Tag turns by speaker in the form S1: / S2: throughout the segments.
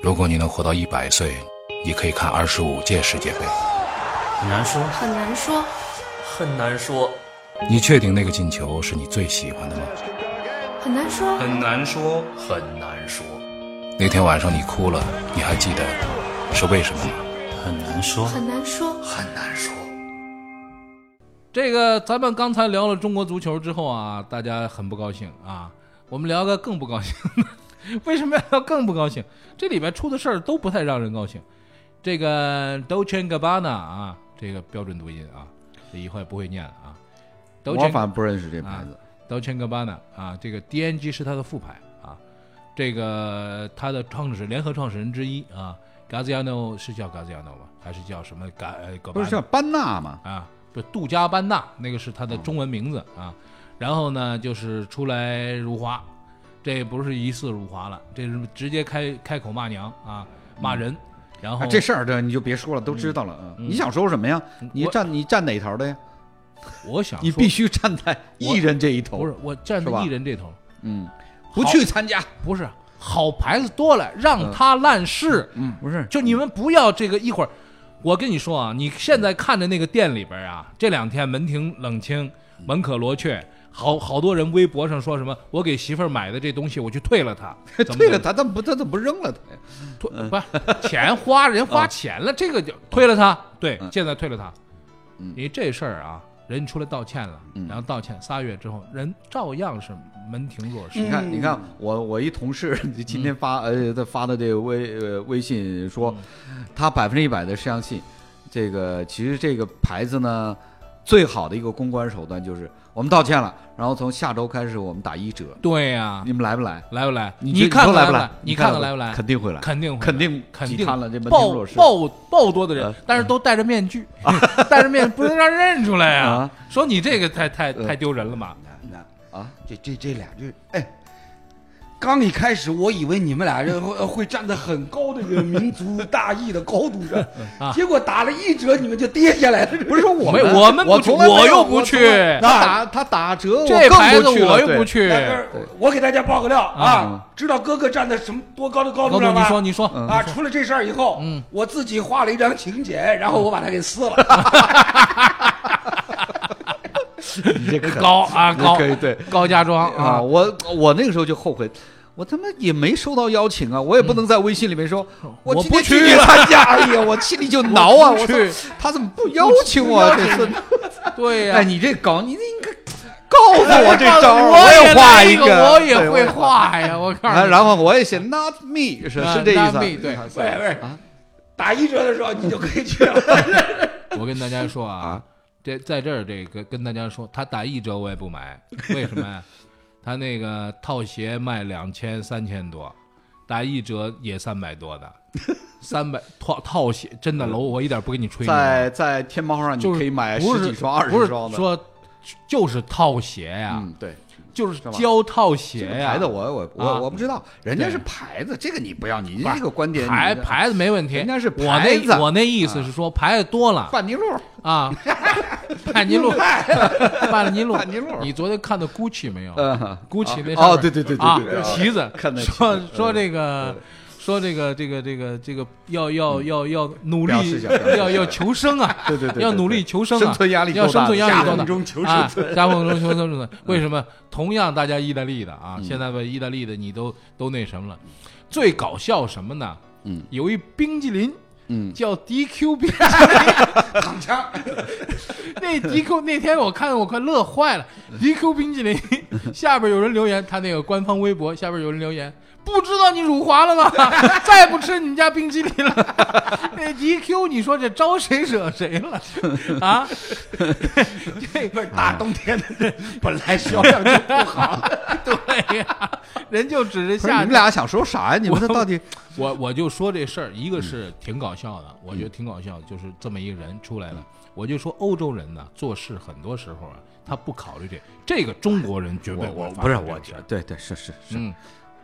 S1: 如果你能活到一百岁，你可以看二十五届世界杯。
S2: 很难说，
S3: 很难说，
S2: 很难说，
S1: 你确定那个进球是你最喜欢的吗？
S3: 很难说，
S2: 很难说，很难说，
S1: 那天晚上你哭了，你还记得是为什么吗？
S2: 很难说，
S3: 很难说。
S2: 很难说。
S4: 这个咱们刚才聊了中国足球之后啊，大家很不高兴啊。我们聊个更不高兴的， 为什么要聊更不高兴？这里边出的事儿都不太让人高兴。这个 Dolce Gabbana 啊，这个标准读音啊，这一会儿不会念了啊。
S5: 我
S4: Dolce
S5: 反正不认识这牌子。
S4: Dolce Gabbana 啊，这个 DNG 是它的副牌啊，这个它的创始联合创始人之一啊，Gaziano 是叫 Gaziano 吗？还是叫什么 Ga 呃 Gabbana？
S5: 不是叫班纳吗？
S4: 啊，不，杜嘉班纳那个是他的
S5: 嗯
S4: 中文名字啊。然后呢，就是出来如花，这不是一次如花了，这是直接开开口骂娘啊，骂人。然后、嗯
S5: 啊，这事儿这你就别说了，都知道了。啊你想说什么呀？你
S4: 我
S5: 站你站哪头的呀？
S4: 我想
S5: 你
S4: 说
S5: 必须站在艺人这一头。
S4: 不是我站
S5: 是
S4: 在
S5: 吧
S4: 艺人这头，
S5: 嗯，不去参加。
S4: 不是好牌子多了，让他烂事。
S5: 嗯，不 是，
S4: 就你们不要这个一会儿，我跟你说啊，你现在看着那个店里边啊，这两天门庭冷
S5: 嗯
S4: 清，门可罗雀，好好多人微博上说什么我给媳妇儿买的这东西我去退了 它， 怎么
S5: 退了嗯
S4: 怎么
S5: 他，他不他怎么不扔了他呀？
S4: 退不是钱花人花钱了，这个就退了他，对，
S5: 哦嗯
S4: 现在退了他，
S5: 嗯
S4: 你这事儿啊，人出来道歉了，
S5: 嗯
S4: 然后道歉仨月之后，人照样是门庭若市
S5: 你，看，你看，我我一同事今天发
S4: 嗯
S5: 呃，他发的这个微呃微信说，他百分之一百的相信，这个其实这个牌子呢，最好的一个公关手段就是我们道歉了，然后从下周开始我们打一折，
S4: 对呀
S5: 你，们来不来？
S4: 来不来？
S5: 觉
S4: 看看
S5: 说来
S4: 不
S5: 来？
S4: 你
S5: 看
S4: 看看来不来？
S5: 肯定会来，
S4: 肯定会
S5: 肯定
S4: 肯
S5: 挤
S4: 定
S5: 瘫了这门庭
S4: 爆
S5: 若市。
S4: 爆爆多的人
S5: 呃，
S4: 但是都戴着面具， 戴着面具不能让认出来啊
S5: 啊！
S4: 说你这个太太太
S5: 呃
S4: 丢人了嘛？
S6: 那
S5: 啊！
S6: 这这这俩就哎，刚一开始我以为你们俩人会呃会站在很高的这个民族大义的高度上，结果打了一折你们就跌下来了。
S5: 不是说我
S4: 没
S5: 们，
S4: 我们不
S5: 我
S4: 去
S5: 从来没有
S4: 我又不
S5: 从来
S4: 去
S5: 他 打他打折，我
S4: 这
S5: 更
S4: 牌子
S5: 不去
S4: 我
S5: 了
S4: 又不。去。
S6: 但是我给大家爆个料
S5: 嗯
S6: 啊，知道哥哥站在什么多高的高
S4: 高总，
S6: 度上
S4: 你
S6: 吗？
S4: 说，你说，
S6: 啊，出了这事儿以后，
S4: 嗯
S6: 我自己画了一张请柬，然后我把它给撕了。
S5: 对你这可
S4: 高啊高，
S5: 可以对
S4: 高家庄
S5: 啊，
S4: 啊，
S5: 我我那个时候就后悔，我他妈也没收到邀请啊，我也不能在微信里面说，
S4: 嗯我
S5: 今
S4: 不
S5: 天
S4: 去
S5: 去你参加，哎呀，我心 里就挠啊，我操，他怎么不邀请我啊？这次，
S4: 对呀
S5: 哎，，你这梗，你应 该告诉我这招儿，
S4: 我
S5: 也画
S4: 来一
S5: 个，
S4: 我也
S5: 对
S4: 会。画呀，我告诉
S5: 哎
S4: 你，
S5: 然后我也写 not me，是是这意思啊
S4: Not me，对
S6: 喂喂，哎打一折的时候你就可以去了。
S4: 我跟大家说啊
S5: 啊，
S4: 这在这儿这个跟大家说，他打一折我也不买，为什么呀？他那个套鞋卖两千三千多，打一折也三百多的，三百套套鞋真的楼，我一点不跟你吹牛啊，
S5: 呃在在天猫上你
S4: 就是
S5: 可以买
S4: 不
S5: 十
S4: 是
S5: 几双、二
S4: 不
S5: 十
S4: 是
S5: 双的。
S4: 说就是套鞋呀，
S5: 嗯，对，
S4: 就是
S5: 吧
S4: 胶套
S5: 这
S4: 鞋
S5: 个
S4: 呀
S5: 牌子，我我
S4: 啊
S5: 我我不知道，人家
S4: 对
S5: 是牌子，这个你不要，你
S4: 不是
S5: 这个观点你
S4: 牌
S5: 这
S4: 牌子没问题，
S5: 人家是
S4: 我
S5: 牌子啊
S4: 那我那意思是说牌子多了
S5: 范尼路
S4: 啊，半尼路， 半尼路，
S5: 半尼路
S4: 你昨天看到 GUCCI 没有
S5: 嗯
S4: ？GUCCI 那上
S5: 啊
S4: 面
S5: 哦对对对对
S4: 啊
S5: 对对，对
S4: 旗子，
S5: 看那旗子
S4: 说
S5: 嗯
S4: 说这个。说这个这个这个这个要要要要努力
S5: 嗯表示一下表示，一下
S4: 要要求生啊！
S5: 对对对对
S4: 要努力求生啊！
S5: 生存压力
S4: 要
S5: 够大
S4: 生存压力够
S6: 夹
S4: 大
S6: 缝中求生
S4: 啊！夹缝中求生存。
S5: 嗯
S4: 为什么？同样，大家意大利的啊，现在把意大利的你都都那什么了。最搞笑什么呢？
S5: 嗯，
S4: 有一冰激凌，
S5: 嗯
S4: 叫 DQ 冰激凌。
S6: 躺枪，
S4: 那 DQ 那天我看我快乐坏了，DQ 冰淇淋下边有人留言，他那个官方微博下边有人留言，不知道你辱华了吗？ 再不吃你们家冰淇淋了。 那 DQ 你说这招谁惹谁了啊？ 这
S6: 不是大冬天的，本来销量就不好。
S4: 对呀，人就指着
S5: 不是
S4: 夏
S5: 你们
S4: 天。
S5: 俩想说啥呀？你们这到底
S4: 我我就说这事儿，一
S5: 嗯
S4: 个是挺搞笑的，我觉得挺搞笑，就是这么一个人出来了。我就说欧洲人呢，做事很多时候啊，他不考虑这这个中国人绝对
S5: 我
S4: 会发
S5: 不是
S4: 生这
S5: 我
S4: 种事
S5: 觉
S4: 儿
S5: 得对对是是是，
S4: 嗯，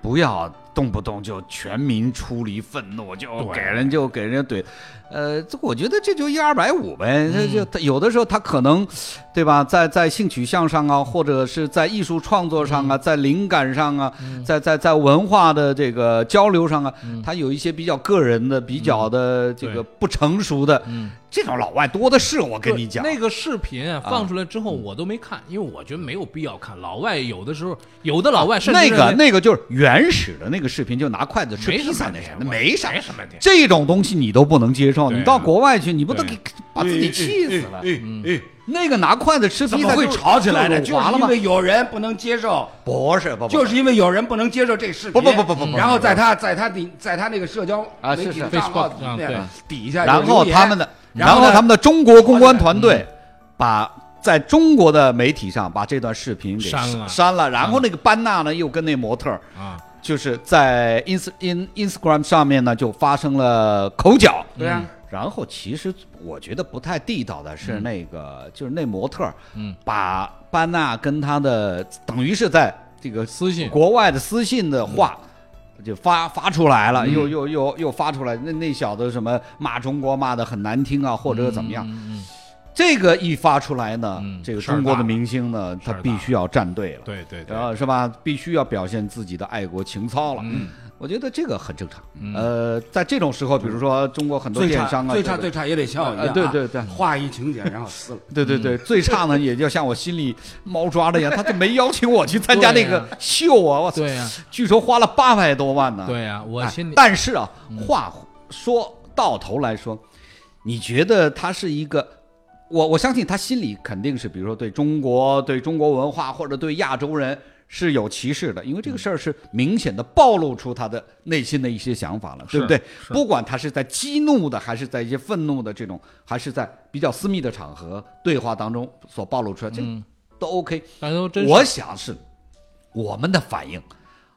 S5: 不要动不动就全民出离愤怒，就给人就给人家怼，呃，这我觉得这就一二百五呗，这
S4: 嗯
S5: 就他有的时候他可能，对吧，在在性取向上啊，或者是在艺术创作上
S4: 嗯
S5: 啊，在灵感上啊，在在在文化的这个交流上啊，他有一些比较个人的、比较的这
S4: 嗯对
S5: 个不成熟的，
S4: 嗯
S5: 这种老外多的是，我跟你讲，嗯
S4: 那个视频啊放出来之后我都没看，因为我觉得没有必要看。老外有的时候，有的老外甚至
S5: 啊那个
S4: 认为
S5: 那个就是原始的那个视频，就拿筷子吃
S4: 没
S5: 披萨
S4: 什么
S5: 那
S4: 的
S5: 什么，没啥
S4: 没什么的
S5: 这种东西你都不能接受，
S1: 对啊
S5: 你到国外去，你不都给把自己
S6: 哎
S5: 气死了嗯
S6: 哎？哎哎，
S5: 那个拿筷子吃
S6: 怎
S5: 披
S6: 么
S5: 萨
S6: 会
S5: 就是
S6: 吵起来的？
S5: 就
S6: 就
S5: 辱华
S6: 是
S5: 了
S6: 因
S5: 吗？
S6: 为有人不能接受，
S5: 不是，不不
S6: 就是因为有人不能接受这视
S5: 不
S6: 频，
S5: 不不不不不
S6: 然后在他在他的在他那个社交
S5: 啊
S6: 媒
S5: 是
S6: 体
S5: 是
S6: 账号
S4: Facebook 上
S6: 那
S4: 对
S6: 底下有
S5: 然后
S6: 留言
S5: 他们的，
S6: 然
S5: 然
S6: 后呢嗯
S5: 他们的中国公关团队把。在中国的媒体上把这段视频给
S4: 删了
S5: 删了，然后那个班纳呢又跟那模特儿
S4: 啊，
S5: 就是在 ins in Instagram 上面呢就发生了口角，
S6: 对啊，嗯
S5: 然后其实我觉得不太地道的是那个，就是那模特，
S4: 嗯，
S5: 把班纳跟他的等于是在这个
S4: 私信
S5: 国外的私信的话。
S6: 嗯
S5: 就发发出来
S4: 嗯
S5: 了，又又又又发出来，那那小子什么骂中国骂的很难听啊，或者怎么样？
S4: 嗯嗯嗯
S5: 这个一发出来呢，
S4: 嗯
S5: 这个
S4: 事儿
S5: 中国
S4: 大
S5: 的明星呢，
S4: 事
S5: 他
S4: 儿大
S5: 必须要站队了，
S4: 对对对
S5: 然，后是吧？必须要表现自己的爱国情操了。嗯，我觉得这个很正常。
S4: 嗯
S5: 呃，在这种时候，比如说中国很多
S6: 最
S5: 电
S6: 差
S5: 商啊，
S6: 最
S5: 这
S6: 差
S5: 个
S6: 最差也得像我一样啊，
S5: 呃对对对
S6: 画一情节然后撕了。
S5: 对对
S4: 嗯
S5: 对，最差呢也就像我心里猫 抓了一样，他就没邀请我去参加那个秀啊！我操，
S4: 对呀
S5: 据说花了八百多万呢。
S4: 对呀，我
S5: 哎
S4: 心里嗯
S5: 但是啊，话说到头来说，你觉得他是一个？我我相信他心里肯定是，比如说对中国、对中国文化或者对亚洲人是有歧视的，因为这个事儿是明显的暴露出他的内心的一些想法了，对不对？不管他是在激怒的，还是在一些愤怒的这种，还是在比较私密的场合对话当中所暴露出来，这
S4: 嗯
S5: 都 OK。
S4: 大家都真是
S5: 我想是我们的反应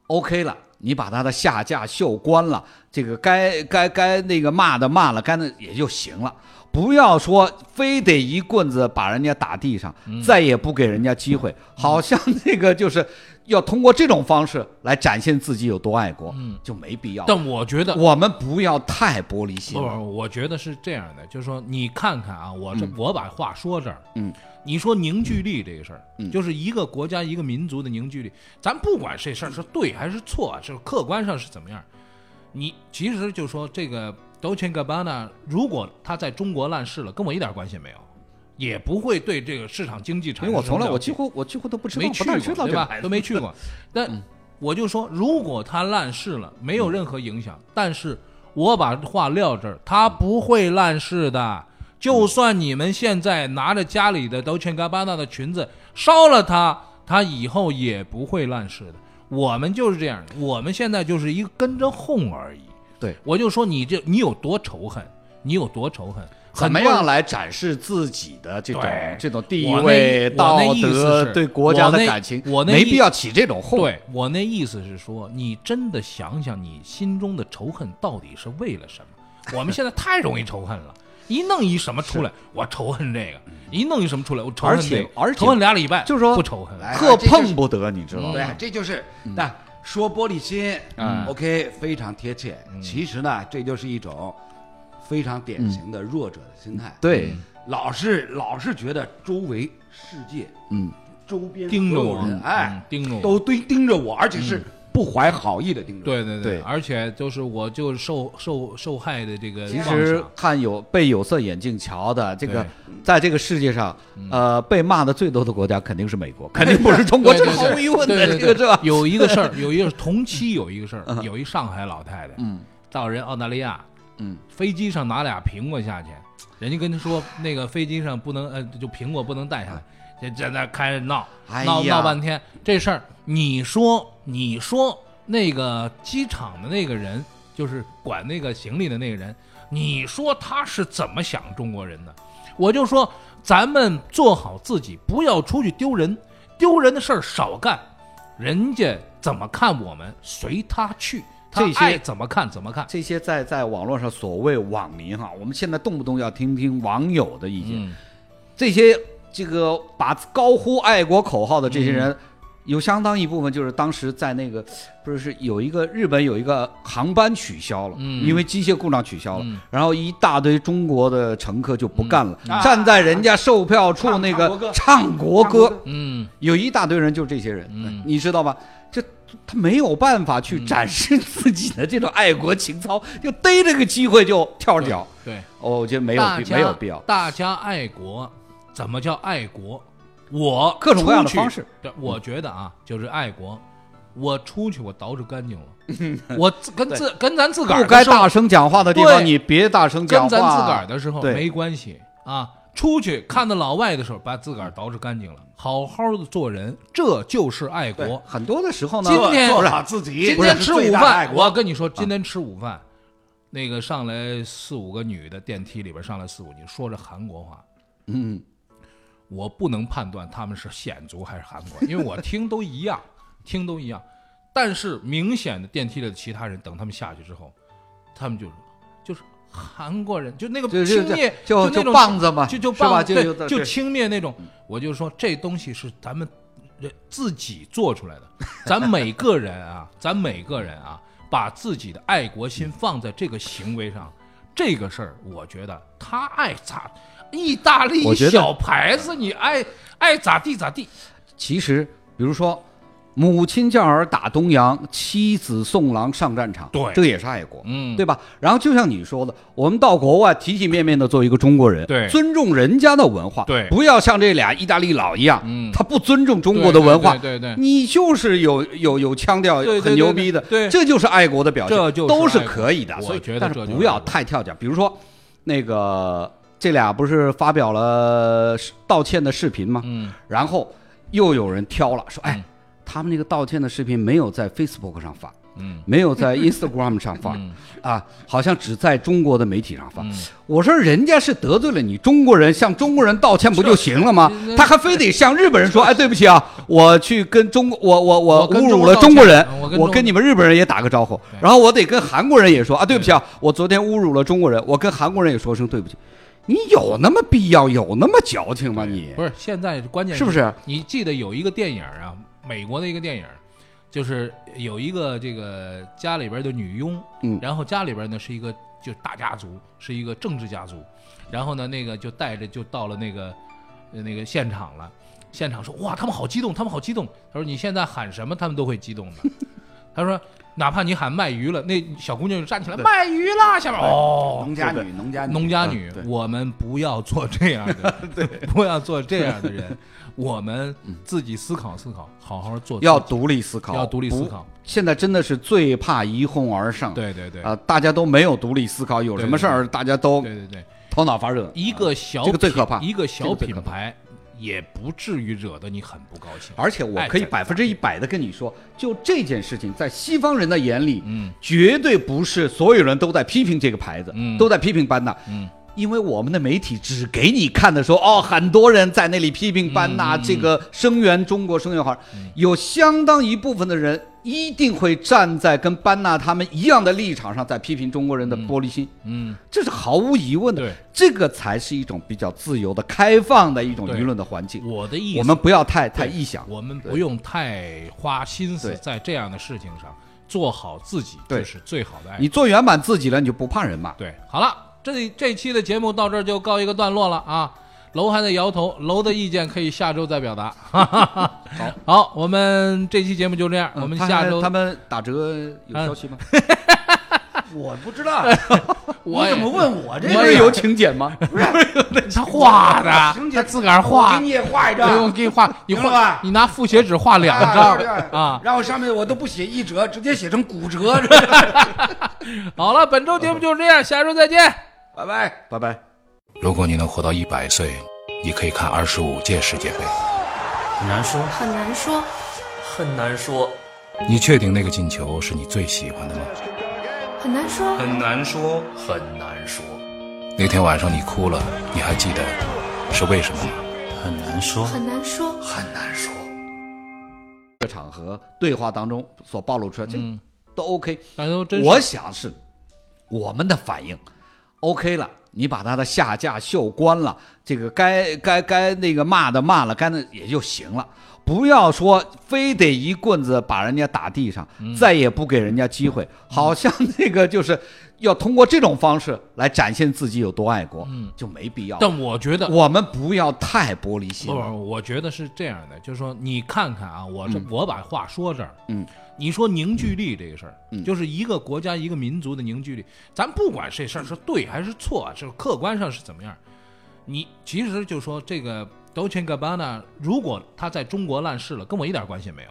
S5: OK 了，你把他的下架秀关了，这个该该该那个骂的骂了，该那也就行了。不要说非得一棍子把人家打地上，
S4: 嗯
S5: 再也不给人家机会，好像这个就是要通过这种方式来展现自己有多爱国，就没必要。
S4: 嗯但我觉得
S5: 我们不要太玻璃心
S4: 不
S5: 了，
S4: 不，我觉得是这样的，就是说，你看看啊，我这、我把话说这儿，
S5: 嗯，
S4: 你说凝聚力这个事儿，
S5: 嗯
S4: 就是一个国家一个民族的凝聚力，咱不管这事儿是对还是错，就是客观上是怎么样，你其实就说这个 Dolce Gabbana，如果他在中国烂市了，跟我一点关系没有，也不会对这个市场经济产
S5: 因为
S4: 生
S5: 我从来
S4: 了
S5: 我
S4: 解
S5: 几乎我几乎都不知道，
S4: 没去
S5: 不大知
S4: 过，
S5: 道
S4: 对
S5: 这
S4: 吧
S5: 牌？子
S4: 都没去 过。但我就说，如果他烂市了，没有任何影响。但是我把话撂这儿，他不会烂市的。就算你们现在拿着家里的 Dolce Gabbana 的裙子烧了它，它以后也不会烂市的。我们就是这样的，我们现在就是一个跟着哄而已。
S5: 对，
S4: 我就说你这你有多仇恨，你有多仇恨，
S5: 怎么
S4: 很多人
S5: 样来展示自己的这种
S4: 对
S5: 这种地
S4: 我那
S5: 位、
S4: 我
S5: 道
S4: 那意思
S5: 德、
S4: 是
S5: 对国家
S4: 我
S5: 的
S4: 那
S5: 感情？
S4: 我那
S5: 没
S4: 意
S5: 必要起这种哄。
S4: 对我那意思是说，你真的想想，你心中的仇恨到底是为了什 么？我们现在太容易仇恨了，一弄一什么出来，我仇恨这个；一弄一什么出来，我仇恨
S5: 嗯而且
S4: 这个，
S5: 而且
S4: 仇恨俩礼拜，
S5: 就是说哎
S4: 不仇恨。
S6: 来
S5: 特碰不得，你知道
S6: 对啊
S5: 吗？，
S6: 这就是
S5: 嗯
S6: 那说玻璃心，OK，非常贴切。
S5: 嗯
S6: 其实呢，这就是一种非常典型的弱者的心态。，
S5: 嗯
S6: 嗯
S5: 对，
S6: 老是老是觉得周围世界，
S5: 嗯，
S6: 周边
S4: 盯着
S6: 所有
S4: 我
S6: 人
S4: 嗯
S6: 哎，
S4: 盯着我
S6: 都盯盯着我，而且
S5: 嗯
S6: 是不怀好意的盯着。，
S4: 对对
S5: 对
S4: 而且就是我就受受受害的这个
S5: 其
S4: 妄
S5: 实
S4: 想
S5: 看有被有色眼镜瞧的这个
S4: 对，
S5: 在这个世界上，呃，被骂的最多的国家肯定是美 国，肯定不是中国，
S4: 对
S5: 这
S4: 对
S5: 是
S4: 对
S5: 毫无疑问
S4: 对
S5: 的，
S4: 对
S5: 这个
S4: 对
S5: 是吧？
S4: 有一个事儿，有一个同期有一个事儿，有一上海老太太，嗯，到人澳大利亚，
S5: 嗯，
S4: 飞机上拿俩苹果下去，人家跟她说那个飞机上不能，呃，就苹果不能带下来，这在那开始闹，
S5: 嗯哎
S4: 闹
S5: 呀
S4: 闹半天，这事儿你说你说那个机场的那个人，就是管那个行李的那个人，你说他是怎么想中国人的？我就说，咱们做好自己，不要出去丢人，丢人的事儿少干。人家怎么看我们，随他去，他
S5: 这些
S4: 爱怎么看怎么看。
S5: 这些在在网络上所谓网民哈，我们现在动不动要听听网友的意见，
S4: 嗯，
S5: 这些这个把高呼爱国口号的这些人，有相当一部分就是当时在那个不是是有一个日本有一个航班取消了，
S4: 嗯
S5: 因为机械故障取消了，
S4: 嗯
S5: 然后一大堆中国的乘客就不干了，
S4: 嗯啊
S5: 站在人家售票处那
S6: 唱唱国
S5: 个
S6: 歌
S5: 唱国
S6: 唱
S5: 歌
S6: 国歌，
S4: 嗯
S5: 有一大堆人就这些人，
S4: 嗯
S5: 你知道吧？这他没有办法去展示自己的这种爱国情操，就逮这个机会就跳脚。
S4: 对，
S5: 哦，我觉得没有
S4: 大
S5: 必
S4: 家
S5: 没有必要，
S4: 大家爱国，怎么叫爱国？我
S5: 各种各样的
S4: 出去
S5: 方式。嗯
S4: 对，我觉得啊，就是爱国。我出去，我捯饬干净了。 我自跟自跟咱自个儿
S5: 不
S4: 的
S5: 该
S4: 时候
S5: 大声讲话的地方，
S4: 对
S5: 你别大声讲
S4: 跟
S5: 话。啊
S4: 咱自个儿的时候
S5: 对
S4: 没关系啊。出去看到老外的时候，把自个儿捯饬干净了，好好的做人，这就是爱
S5: 对
S4: 国。
S5: 很多的时候呢，
S4: 今天
S2: 做好自己，
S4: 今天吃午饭，我跟你说，今
S5: 啊
S4: 天吃午饭，那个上来四五个女的，电梯里边上来四五女，说着韩国话，
S5: 嗯，
S4: 我不能判断他们是显族还是韩国，因为我听都一样，听都一样。但是明显的电梯里的其他人，等他们下去之后，他们就是就是韩国人，就那个
S5: 就就
S4: 轻
S5: 就
S4: 蔑，
S5: 就
S4: 那
S5: 就
S4: 种
S5: 棒子嘛，
S4: 就就是
S5: 吧？
S4: 棒
S5: 就
S4: 对
S5: 就
S4: 就
S5: 对
S4: 轻蔑那种。我就说这东西是咱们人自己做出来的， 咱每个人啊，咱每个人啊，把自己的爱国心放在这个行为上，这个事儿，我觉得他爱咋，意大利
S5: 我觉得
S4: 小牌子，你爱爱咋地咋地，
S5: 其实，比如说，母亲教儿打东洋，妻子送郎上战场，
S4: 对
S5: 这个也是爱国，
S4: 嗯
S5: 对吧？然后就像你说的，我们到国外体体面面的做一个中国人，
S4: 对
S5: 尊重人家的文化，
S4: 对
S5: 不要像这俩意大利佬一样，
S4: 嗯
S5: 他不尊重中国的文化，
S4: 对对对对
S5: 你就是有有有腔调，
S4: 对对
S5: 很牛逼的，
S4: 对对对
S5: 这就是爱国的表现，
S4: 这就是
S5: 都是
S4: 爱国
S5: 可以的，
S4: 我
S5: 所以
S4: 觉得
S5: 但是
S4: 这就是
S5: 不要
S4: 爱国
S5: 太跳脚，比如说那个。这俩不是发表了道歉的视频吗？
S4: 嗯，
S5: 然后又有人挑了，说：“哎
S4: 嗯，
S5: 他们那个道歉的视频没有在 Facebook 上发，
S4: 嗯
S5: 没有在 Instagram 上发，
S4: 嗯
S5: 啊，好像只在中国的媒体上发。
S4: 嗯
S5: 我说：“人家是得罪了你中国人，向中国人道歉不就行了吗？他还非得向日本人说：‘哎，对不起啊，我去跟中国，我我
S4: 我
S5: 我
S4: 跟
S5: 侮
S4: 中
S5: 辱
S4: 国
S5: 了
S4: 道
S5: 中国
S4: 歉嗯
S5: 人
S4: 我，跟
S5: 我
S4: 中
S5: 跟你们日本人也打个招呼。’然后我得跟韩国人也说：‘啊，对不起啊，我昨天侮辱了中国人，我跟韩国人也说声对不起。’你有那么必要，有那么矫情吗？你
S4: 不是现在关键
S5: 是不是？
S4: 你记得有一个电影啊，美国的一个电影，就是有一个这个家里边的女佣，
S5: 嗯
S4: 然后家里边呢是一个就大家族，是一个政治家族，然后呢那个就带着就到了那个呃那个现场了，现场说哇他们好激动，他们好激动，他说你现在喊什么他们都会激动 的，他说哪怕你喊卖鱼了，那小姑娘就站起来卖鱼啦，下面哦
S6: 农家女，农家女，
S4: 农家女
S5: 嗯对，
S4: 我们不要做这样的， 对，不要做这样的人，我们自己思考思考，好好做自己，
S5: 嗯要独立思考，
S4: 要独立思考
S5: 不。现在真的是最怕一哄而上，
S4: 对对对
S5: 啊、，大家都没有独立思考，有什么事儿大家都
S4: 对对对，
S5: 头脑发热。
S4: 一个小
S5: 啊这个最
S4: 品
S5: 可怕
S4: 一个
S5: 这
S4: 小
S5: 个最可
S4: 品牌也不至于惹得你很不高兴，
S5: 而且我
S4: 哎
S5: 可以百分之一百的跟你说，就这件事情，在西方人的眼里，
S4: 嗯
S5: 绝对不是所有人都在批评这个牌子，
S4: 嗯
S5: 都在批评班纳，
S4: 嗯，
S5: 因为我们的媒体只给你看的说，哦，很多人在那里批评班纳、
S4: 嗯
S5: 这个声援中国，声援好，有相当一部分的人一定会站在跟班纳他们一样的立场上，在批评中国人的玻璃心，
S4: 嗯，
S5: 这是毫无疑问的。
S4: 对，
S5: 这个才是一种比较自由的、开放的一种
S4: 对
S5: 舆论的环境。
S4: 我的意思，
S5: 我们不要太太臆想。
S4: 我们不用太花心思
S5: 对
S4: 在这样的事情上，做好自己，
S5: 对
S4: 这是最好的爱
S5: 你做圆满自己了，你就不怕人骂。
S4: 对，好了，这这期的节目到这儿就告一个段落了啊。楼还在摇头，楼的意见可以下周再表达。好， 好，我们这期节目就这样，我们
S5: 嗯他
S4: 下
S5: 还
S4: 周嗯
S5: 他们打折有消 息吗？
S6: 我不知道，
S4: 我也
S6: 你怎么问我这
S5: 不
S6: 个
S5: 是
S6: 呀？
S5: 有请柬吗？
S4: 他画 的
S6: 行，姐
S4: 他自个儿画
S6: 我给，你也画一
S4: 对哎我
S6: 张。
S4: 给你画，你
S6: 行了
S4: 画
S6: 吧，
S4: 你拿复写纸画两张啊。
S6: 然后上面我都不写一折，直接写成骨折，
S4: 好了，本周节目就这样，下周再见。
S6: 拜拜。
S5: 拜拜。
S1: 如果你能活到一百岁，你可以看二十五届世界杯。
S2: 很难说，
S3: 很难说，
S2: 很难说，
S1: 你确定那个进球是你最喜欢的吗？
S3: 很难说，
S2: 很难说，很难说，
S1: 那天晚上你哭了，你还记得是为什么吗？
S2: 很难说，
S3: 很难说。
S2: 很难说。
S5: 这个场合对话当中所
S4: 嗯
S5: 暴露出来，这都 OK。
S4: 大家都真是
S5: 我想是我们的反应， OK 了，你把他的下架、秀关了，这个该该该那个骂的骂了，该那也就行了。不要说非得一棍子把人家打地上，
S4: 嗯
S5: 再也不给人家机会，好像那个就是要通过这种方式来展现自己有多爱国，就没必要。
S4: 嗯但我觉得
S5: 我们不要太玻璃心
S4: 不，不，我觉得是这样的，就是说，你看看啊，我这、我把话说这儿，
S5: 嗯，
S4: 你说凝聚力这个事儿，
S5: 嗯
S4: 就是一个国家一个民族的凝聚力，咱不管这事儿是对还是错啊，就是客观上是怎么样，你其实就说这个 Dolce Gabbana，如果它在中国烂市了，跟我一点关系没有，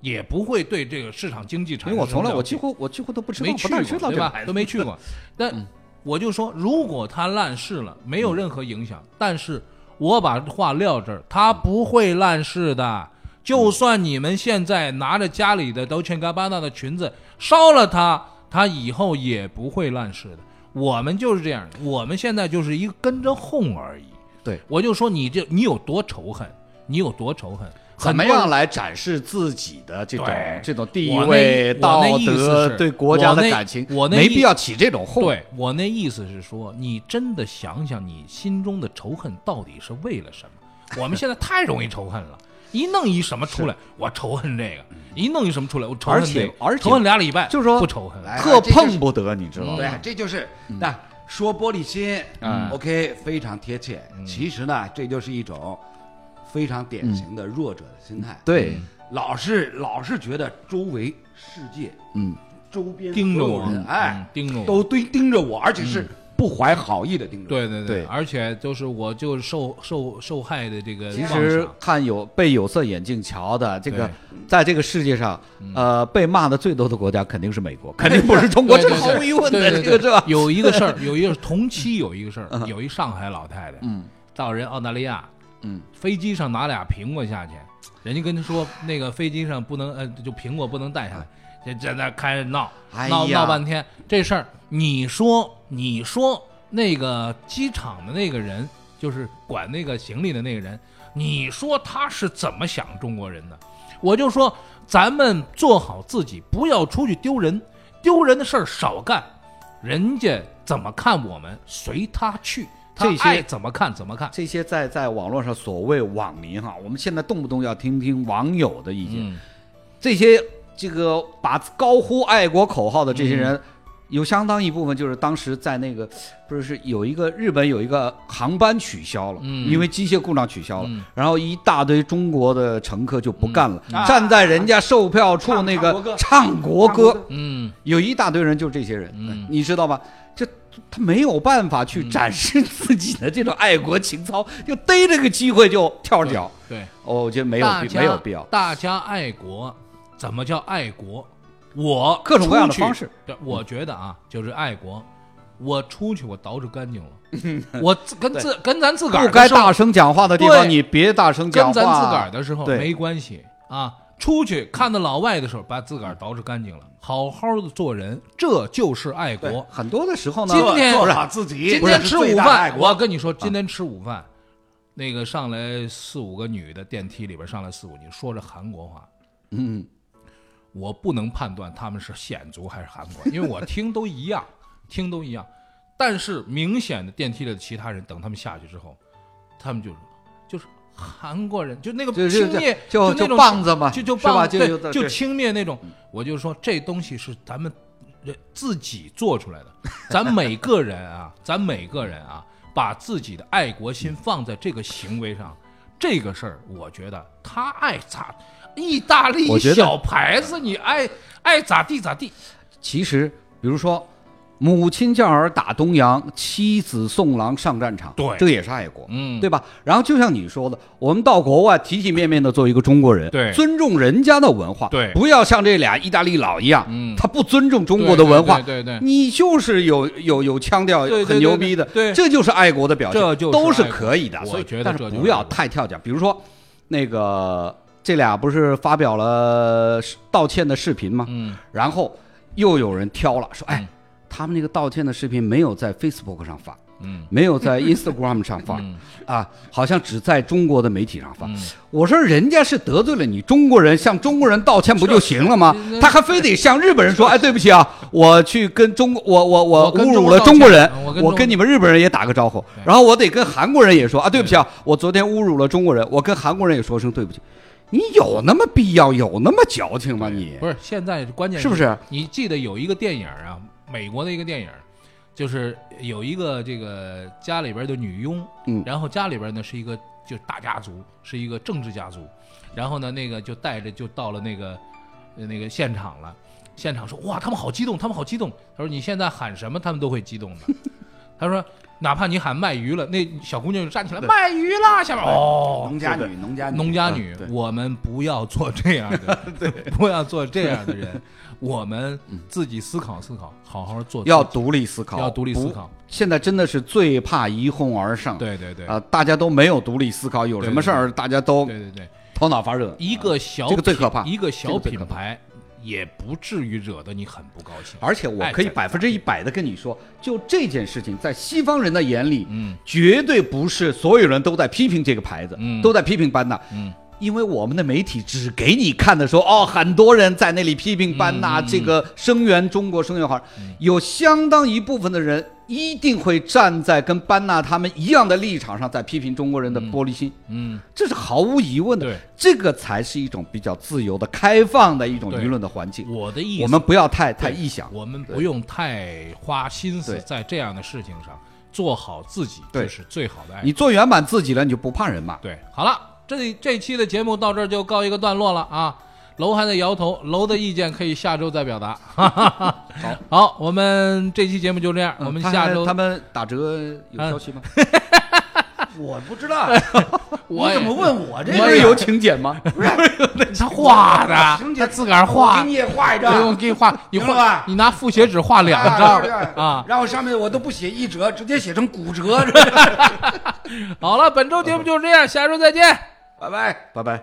S4: 也不会对这个市场经济产
S5: 因
S4: 生
S5: 为我从来
S4: 了
S5: 我
S4: 解
S5: 几乎我几乎都不知道，
S4: 没
S5: 不
S4: 去
S5: 太
S4: 过，
S5: 知道
S4: 对
S5: 这个
S4: 吧
S5: 牌？子
S4: 都没去过。
S5: 嗯
S4: 但我就说，如果它烂市了，没有任何影响。但是我把话撂这儿，它不会烂市的。就算你们现在拿着家里的 Dolce Gabbana 的裙子烧了它，它以后也不会烂市的。我们就是这样，我们现在就是一个跟着哄而已。
S5: 对，
S4: 我就说你这你有多仇恨，你有多仇恨，
S5: 怎么
S4: 很多人
S5: 样来展示自己的这种
S4: 对
S5: 这种地
S4: 我那
S5: 位、
S4: 我
S5: 道
S4: 那意思
S5: 德、
S4: 是
S5: 对国家
S4: 我
S5: 的
S4: 那
S5: 感情？
S4: 我那
S5: 没
S4: 意
S5: 必要起这种哄。
S4: 对我那意思是说，你真的想想，你心中的仇恨到底是为了什 么？我们现在太容易仇恨了，一弄一什么出来，我仇恨这个；一弄一什么出来，我仇恨
S5: 嗯而且
S4: 这个
S5: 而且
S4: 仇恨俩礼拜，
S5: 就是说哎
S4: 不仇恨。
S6: 来
S5: 特
S6: 这就是
S5: 碰不得，你
S4: 嗯
S5: 知道吗？
S6: 对，这就是那说玻璃心
S5: 嗯
S6: ，OK，非常贴切。
S4: 嗯
S6: 其实呢，这就是一种非常典型的弱者的心
S4: 嗯
S6: 态，
S5: 对，
S6: 老是老是觉得周围世界
S5: 嗯，
S6: 周边
S4: 盯着
S6: 所有
S4: 我
S5: 啊
S6: 人，哎
S4: 嗯，盯着我嗯
S6: 都盯盯着我，而且是不怀好意的盯着我。
S4: 对对
S5: 对
S4: 而且就是我就受受受害的这个
S5: 其
S4: 妄
S5: 实
S4: 想
S5: 看有被有色眼镜瞧的这个
S4: 对，嗯
S5: 在这个世界上，呃，被骂的最多的国家肯定是 美国，肯定不是中国，
S4: 对
S5: 这
S4: 对
S5: 个毫无疑问
S4: 对对
S5: 的，这个是吧？
S4: 有一个事儿，有一个同期有一个事儿，有一上海老太太，嗯，到人澳大利亚，
S5: 嗯，
S4: 飞机上拿俩苹果下去，人家跟她说那个飞机上不能，呃，就苹果不能带下来，这在那开始闹，
S5: 哎呀
S4: 闹闹半天，这事儿你说你说那个机场的那个人，就是管那个行李的那个人，你说他是怎么想中国人的？我就说，咱们做好自己，不要出去丢人，丢人的事儿少干。人家怎么看我们，随他去，他
S5: 这些
S4: 爱怎么看怎么看。
S5: 这些在在网络上所谓网民哈，我们现在动不动要听听网友的意见，
S4: 嗯，
S5: 这些这个把高呼爱国口号的这些人，有相当一部分就是当时在那个不是是有一个日本有一个航班取消了，
S4: 嗯
S5: 因为机械故障取消了，
S4: 嗯
S5: 然后一大堆中国的乘客就不干了，
S6: 嗯
S5: 站在人家售票处那
S6: 唱国
S5: 个
S6: 歌
S5: 唱国
S6: 唱国
S5: 歌
S6: 歌，
S4: 嗯，
S5: 有一大堆人就是这些人，
S4: 嗯
S5: 你知道吧？这他没有办法去展示自己的这种爱国情操，就逮这个机会就跳脚。
S4: 对，
S5: 哦，我觉得没有
S4: 大
S5: 必
S4: 家
S5: 没有必要。
S4: 大家爱国，怎么叫爱国？我
S5: 各种各样的
S4: 出去
S5: 方式。嗯
S4: 对，我觉得啊，就是爱国。我出去，我捎饬干净 了。我自跟自跟咱自个儿
S5: 不
S4: 的
S5: 该
S4: 生活
S5: 大声讲话的地方，
S4: 对
S5: 你别大声
S4: 跟
S5: 讲话。
S4: 咱自个儿的时候
S5: 对
S4: 没关系啊。出去看到老外的时候，把自个儿捯饬干净了，好好的做人，这就是爱国。
S5: 很多的时候呢，
S4: 今天
S6: 做好自己，
S4: 今
S6: 不是
S4: 天吃
S6: 最
S4: 午
S6: 大的爱
S4: 饭，
S6: 国
S4: 我跟你说，
S5: 啊
S4: 今天吃午饭，那个上来四五个女的，电梯里边上来四五女，说着韩国话，
S5: 嗯，
S4: 我不能判断他们是显族还是韩国，因为我听都一样，听都一样。但是明显的电梯里的其他人，等他们下去之后，他们就就是韩国人，就那个
S5: 就
S4: 轻
S5: 就
S4: 蔑，
S5: 就
S4: 那
S5: 就
S4: 种
S5: 棒子嘛，
S4: 就就是
S5: 吧？
S4: 棒
S5: 就
S4: 对
S5: 就
S4: 就轻蔑那种。我就说这东西是咱们人自己做出来的，咱每个人啊，咱每个人啊，把自己的爱国心放在这个行为上，这个事儿，我觉得他爱咋，意大利
S5: 我觉得
S4: 小牌子，你爱爱咋地咋地，
S5: 其实，比如说，母亲教儿打东洋，妻子送郎上战场，
S4: 对
S5: 这个也是爱国，
S4: 嗯
S5: 对吧？然后就像你说的，我们到国外体体面面的做一个中国人，
S4: 对
S5: 尊重人家的文化，
S4: 对
S5: 不要像这俩意大利佬一样，
S4: 嗯
S5: 他不尊重中国的文化，
S4: 对对对对
S5: 你就是有有有腔调，
S4: 对对
S5: 很牛逼的，
S4: 对对对
S5: 这就是爱国的表现，
S4: 这就是
S5: 都是
S4: 爱国
S5: 可以的，
S4: 我
S5: 所以
S4: 觉得
S5: 但是
S4: 这就是
S5: 不要
S4: 爱国
S5: 太跳脚，比如说那个。这俩不是发表了道歉的视频吗？
S4: 嗯，
S5: 然后又有人挑了，说：“哎，
S4: 嗯
S5: 他们那个道歉的视频没有在 Facebook 上发，
S2: 嗯，
S5: 没有在 Instagram 上
S4: 嗯
S5: 发，啊，好像只在中国的媒体上发。我说人家是得罪了你中国人，向中国人道歉不就行了吗？他还非得向日本人说， 哎，对不起啊，我去跟中国，我我
S4: 我
S5: 我
S4: 跟
S5: 侮
S4: 中
S5: 辱
S4: 国
S5: 了
S4: 道
S5: 中国
S4: 歉
S5: 人
S4: 我，跟
S5: 我
S4: 中
S5: 跟你们日本人也打个招呼，然后我得跟韩国人也说啊，对不起啊，我昨天侮辱了中国人，我跟韩国人也说声对不起。你有那么必要，有那么矫情吗你？
S4: 不是，现在关键
S5: 是不是？
S4: 你记得有一个电影啊，美国的一个电影，就是有一个这个家里边的女佣，
S5: 嗯
S4: 然后家里边呢是一个就是大家族，是一个政治家族，然后呢那个就带着就到了那个呃那个现场了，现场说哇他们好激动，他们好激动，他说你现在喊什么他们都会激动的， 他说哪怕你喊卖鱼了，那小姑娘就站 起来卖鱼啦，下面哦
S5: 农家女，农家
S4: 农
S6: 嗯
S4: 家女，
S5: 嗯
S4: 我们不要做这样的， 对，不要做这样的人，我们自己思考思考，好好做自己，
S5: 要独立思考，
S4: 要独立思考
S5: 不。现在真的是最怕一哄而上，
S4: 对对对，
S5: 啊，大家都没有独立思考，有什么事儿大家都
S4: 对对对，
S5: 头脑发热。啊
S4: 一个小
S5: 这个最
S4: 品
S5: 可怕
S4: 一个
S5: 这
S4: 小
S5: 个最可
S4: 品牌也不至于惹得你很不高兴。
S5: 而且我可以
S4: 哎
S5: 百分之一百的跟你说，就这件事情，在西方人的眼里，
S4: 嗯，
S5: 绝对不是所有人都在批评这个牌子，
S4: 嗯
S5: 都在批评班纳，
S4: 嗯，
S5: 因为我们的媒体只给你看的说，哦，很多人在那里批评班
S4: 嗯
S5: 纳、这个声援中国声援华人，有相当一部分的人一定会站在跟班纳他们一样的立场上，在批评中国人的玻璃心，
S4: 嗯，
S5: 这是毫无疑问的。
S4: 对，
S5: 这个才是一种比较自由的、开放的一种
S4: 对
S5: 舆论的环境。
S4: 我的意思，
S5: 我们不要太太臆想。
S4: 我们不用太花心思
S5: 对
S4: 在这样的事情上，做好自己
S5: 对
S4: 就是最好的爱
S5: 你做圆满自己了，你就不怕人骂。
S4: 对，好了，这里这期的节目到这儿就告一个段落了啊。楼还在摇头，楼的意见可以下周再表 达。好，好，我们这期节目就这样，我们
S5: 嗯他
S4: 下
S5: 还
S4: 周
S5: 他们打折有 消息吗？
S6: 我不知道，
S4: 我
S6: 你怎么问我这
S5: 不
S6: 个
S5: 是
S6: 呀？
S5: 有请柬吗？
S4: 他画的，
S6: 情节
S4: 他自个儿
S6: 我
S4: 画
S6: 给，你也画一
S4: 对我
S6: 张。
S4: 给你画，你
S6: 行了
S4: 画
S6: 吧，
S4: 你拿复写纸画两
S6: 啊对
S4: 张
S6: 对
S4: 啊。
S6: 然后上面我都不写一折，直接写成 骨折，
S4: 好了，本周节目就是这样，下周再见。
S6: 拜拜。
S5: 拜拜。